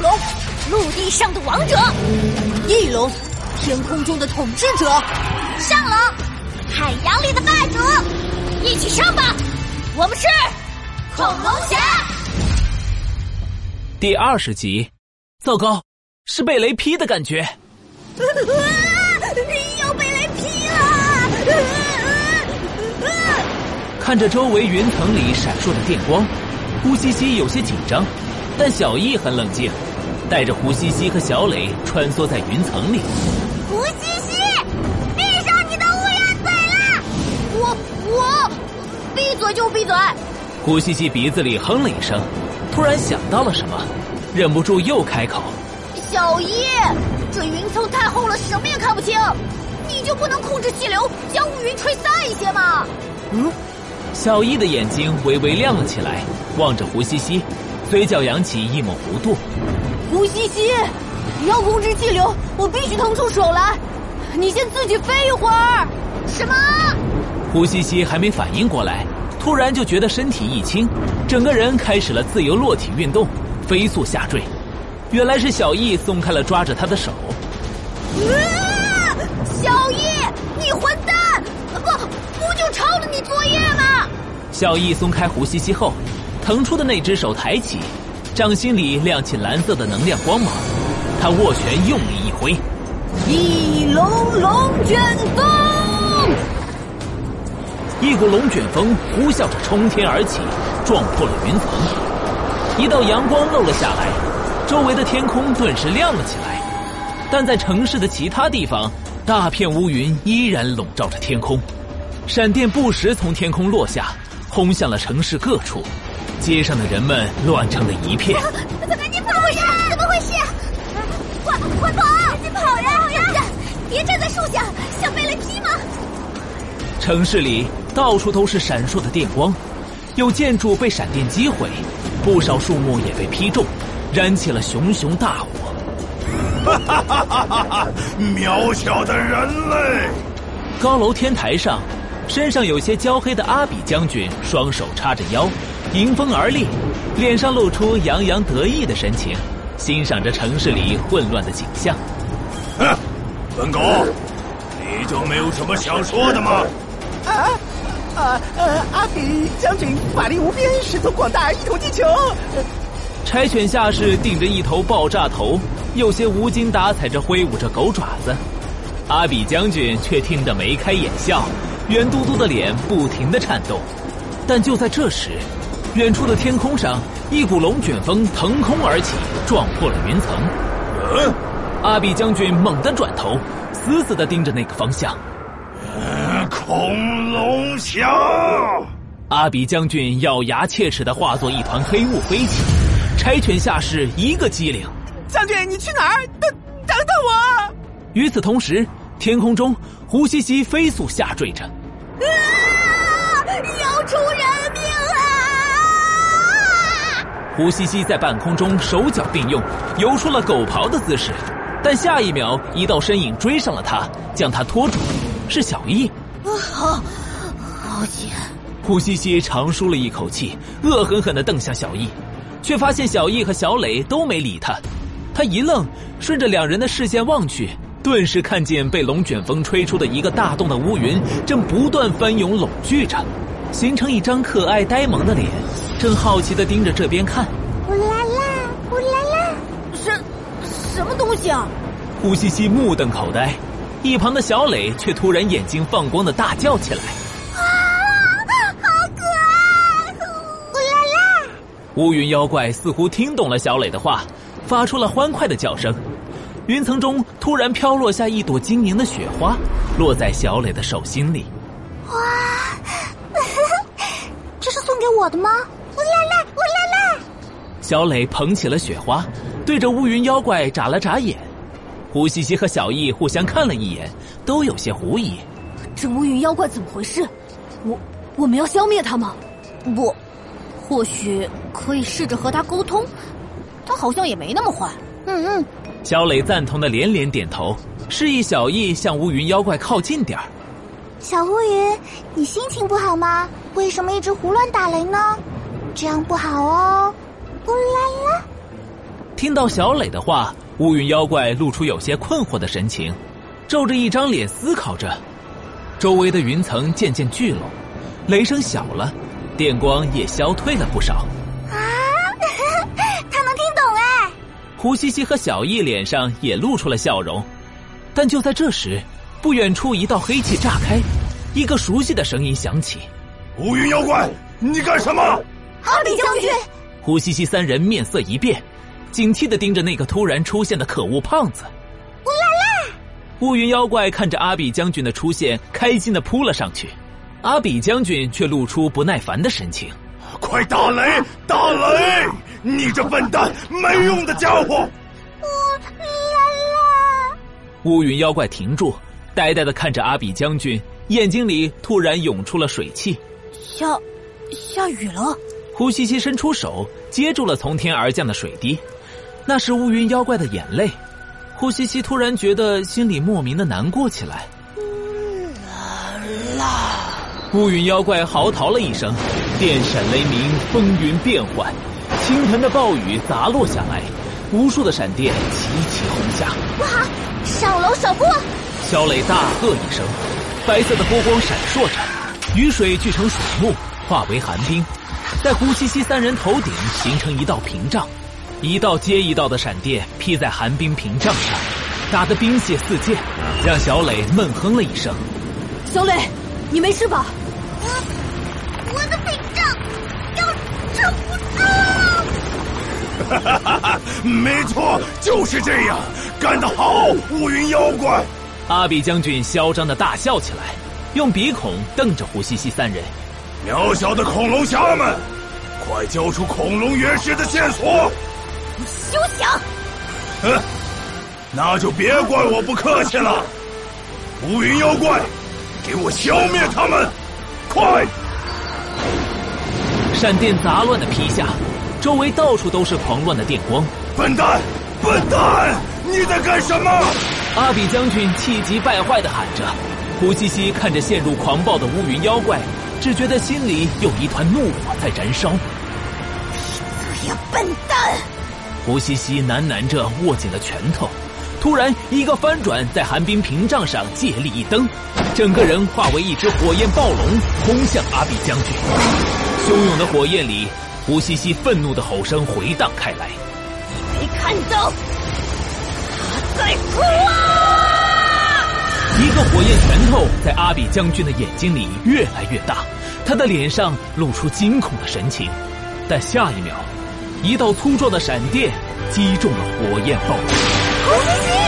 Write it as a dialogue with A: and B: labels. A: 龙，陆地上的王者；
B: 翼龙，天空中的统治者；
A: 上龙，海洋里的霸主。一起上吧，我们是恐龙侠。
C: 第二十集，糟糕，是被雷劈的感觉。
A: 又被雷劈了！
C: 看着周围云层里闪烁的电光，呼西西有些紧张，但小易很冷静，带着胡西西和小磊穿梭在云层里。
A: 胡西西，闭上你的乌鸦嘴啦！我我闭嘴就闭嘴。
C: 胡西西鼻子里哼了一声，突然想到了什么，忍不住又开口。
A: 小易，这云层太厚了，什么也看不清，你就不能控制气流，将乌云吹散一些吗？
C: 嗯，小易的眼睛微微亮了起来，望着胡西西，嘴角扬起一抹弧度。
B: 胡西西，你要控制气流，我必须腾出手来，你先自己飞一会儿。
A: 什么？
C: 胡西西还没反应过来，突然就觉得身体一轻，整个人开始了自由落体运动，飞速下坠。原来是小易松开了抓着他的手。
A: 啊！小易，你混蛋！不，不就抄了你作业吗？
C: 小易松开胡西西后，腾出的那只手抬起，掌心里亮起蓝色的能量光芒。他握拳用力一挥，
B: 翼龙龙卷风！
C: 一股龙卷风呼啸着冲天而起，撞破了云层。一道阳光漏了下来。周围的天空顿时亮了起来，但在城市的其他地方，大片乌云依然笼罩着天空，闪电不时从天空落下，轰向了城市各处，街上的人们乱成了一片。
A: 怎么你跑呀？怎么回事？快快跑！你跑呀！跑呀！别站在树下，想被雷劈吗？
C: 城市里到处都是闪烁的电光，有建筑被闪电击毁，不少树木也被劈中。燃起了熊熊大火！
D: 哈哈哈哈哈！渺小的人类！
C: 高楼天台上，身上有些焦黑的阿比将军双手叉着腰，迎风而立，脸上露出洋洋得意的神情，欣赏着城市里混乱的景象。
D: 哼，笨狗，你就没有什么想说的吗？
E: 啊！啊呃、啊，阿比将军法力无边，神通广大，一统地球。
C: 柴犬下士顶着一头爆炸头，有些无精打采着挥舞着狗爪子。阿比将军却听得眉开眼笑，圆嘟嘟的脸不停的颤动。但就在这时，远处的天空上，一股龙卷风腾空而起，撞破了云层。
D: 嗯，
C: 阿比将军猛地转头，死死的盯着那个方向。
D: 嗯、恐龙侠！
C: 阿比将军咬牙切齿的化作一团黑雾飞起。柴犬下士一个机灵，
E: 将军你去哪儿？等等等我！
C: 与此同时，天空中胡西西飞速下坠着。
A: 啊！要出人命啊啦！
C: 胡西西在半空中手脚并用，游出了狗刨的姿势，但下一秒一道身影追上了他，将他拖住，是小易。
B: 啊，好，好险！
C: 胡西西长舒了一口气，恶狠狠的瞪向小易。却发现小易和小磊都没理他，他一愣，顺着两人的视线望去，顿时看见被龙卷风吹出的一个大洞的乌云正不断翻涌拢聚着，形成一张可爱呆萌的脸，正好奇的盯着这边看。
A: 乌啦啦，乌啦啦，
B: 什什么东西啊？
C: 胡西西目瞪口呆，一旁的小磊却突然眼睛放光的大叫起来。
A: 啊
C: 乌云妖怪似乎听懂了小磊的话，发出了欢快的叫声。云层中突然飘落下一朵晶莹的雪花，落在小磊的手心里。
A: 哇，这是送给我的吗？乌啦啦，乌啦啦！
C: 小磊捧起了雪花，对着乌云妖怪眨了眨眼。胡西西和小易互相看了一眼，都有些狐疑：
B: 这乌云妖怪怎么回事？我我们要消灭他吗？
A: 不。或许可以试着和他沟通，他好像也没那么坏。
B: 嗯嗯，
C: 小磊赞同的连连点头，示意小易向乌云妖怪靠近点儿。
F: 小乌云，你心情不好吗？为什么一直胡乱打雷呢？这样不好哦。乌啦啦！
C: 听到小磊的话，乌云妖怪露出有些困惑的神情，皱着一张脸思考着。周围的云层渐渐聚拢，雷声小了，电光也消退了不少。
F: 他能听懂哎！
C: 胡西西和小易脸上也露出了笑容。但就在这时，不远处一道黑气炸开，一个熟悉的声音响起。
D: 乌云妖怪，你干什么？
F: 阿比将军，
C: 胡西西三人面色一变，警惕的盯着那个突然出现的可恶胖子。乌云妖怪看着阿比将军的出现，开心的扑了上去。阿比将军却露出不耐烦的神情。
D: 快打雷！打雷！你这笨蛋，没用的家伙！
C: 乌云妖怪停住，呆呆的看着阿比将军，眼睛里突然涌出了水汽。
B: 下下雨了，
C: 胡西西伸出手接住了从天而降的水滴，那是乌云妖怪的眼泪。胡西西突然觉得心里莫名的难过起来。乌云妖怪嚎啕了一声，电闪雷鸣，风云变幻，倾盆的暴雨砸落下来，无数的闪电齐齐轰下。
F: 不好，上楼守护！
C: 小磊大喝一声，白色的波光闪烁着，雨水聚成水幕，化为寒冰，在胡西西三人头顶形成一道屏障。一道接一道的闪电劈在寒冰屏障上，打得冰屑四溅，让小磊闷哼了一声。
B: 小磊，你没事吧？
F: 我的屏障要撑不住。
D: 没错，就是这样，干得好，乌云妖怪！
C: 阿比将军嚣张的大笑起来，用鼻孔瞪着胡西西三人。
D: 渺小的恐龙侠们，快交出恐龙原石的线索！
F: 休啊想！
D: 哼，那就别怪我不客气了。乌云妖怪，给我消灭他们！快！
C: 闪电杂乱的劈下，周围到处都是狂乱的电光。
D: 笨蛋，笨蛋，你在干什么？
C: 阿比将军气急败坏的喊着。胡西西看着陷入狂暴的乌云妖怪，只觉得心里有一团怒火在燃烧。
F: 哎呀，笨蛋！
C: 胡西西喃喃着握紧了拳头，突然一个翻转，在寒冰屏障上借力一蹬，整个人化为一只火焰暴龙，轰向阿比将军。汹涌的火焰里，胡西西愤怒的吼声回荡开来。
F: 没看到，我在哭啊！
C: 一个火焰拳头在阿比将军的眼睛里越来越大，他的脸上露出惊恐的神情。但下一秒，一道粗壮的闪电击中了火焰暴龙。
F: 胡西西。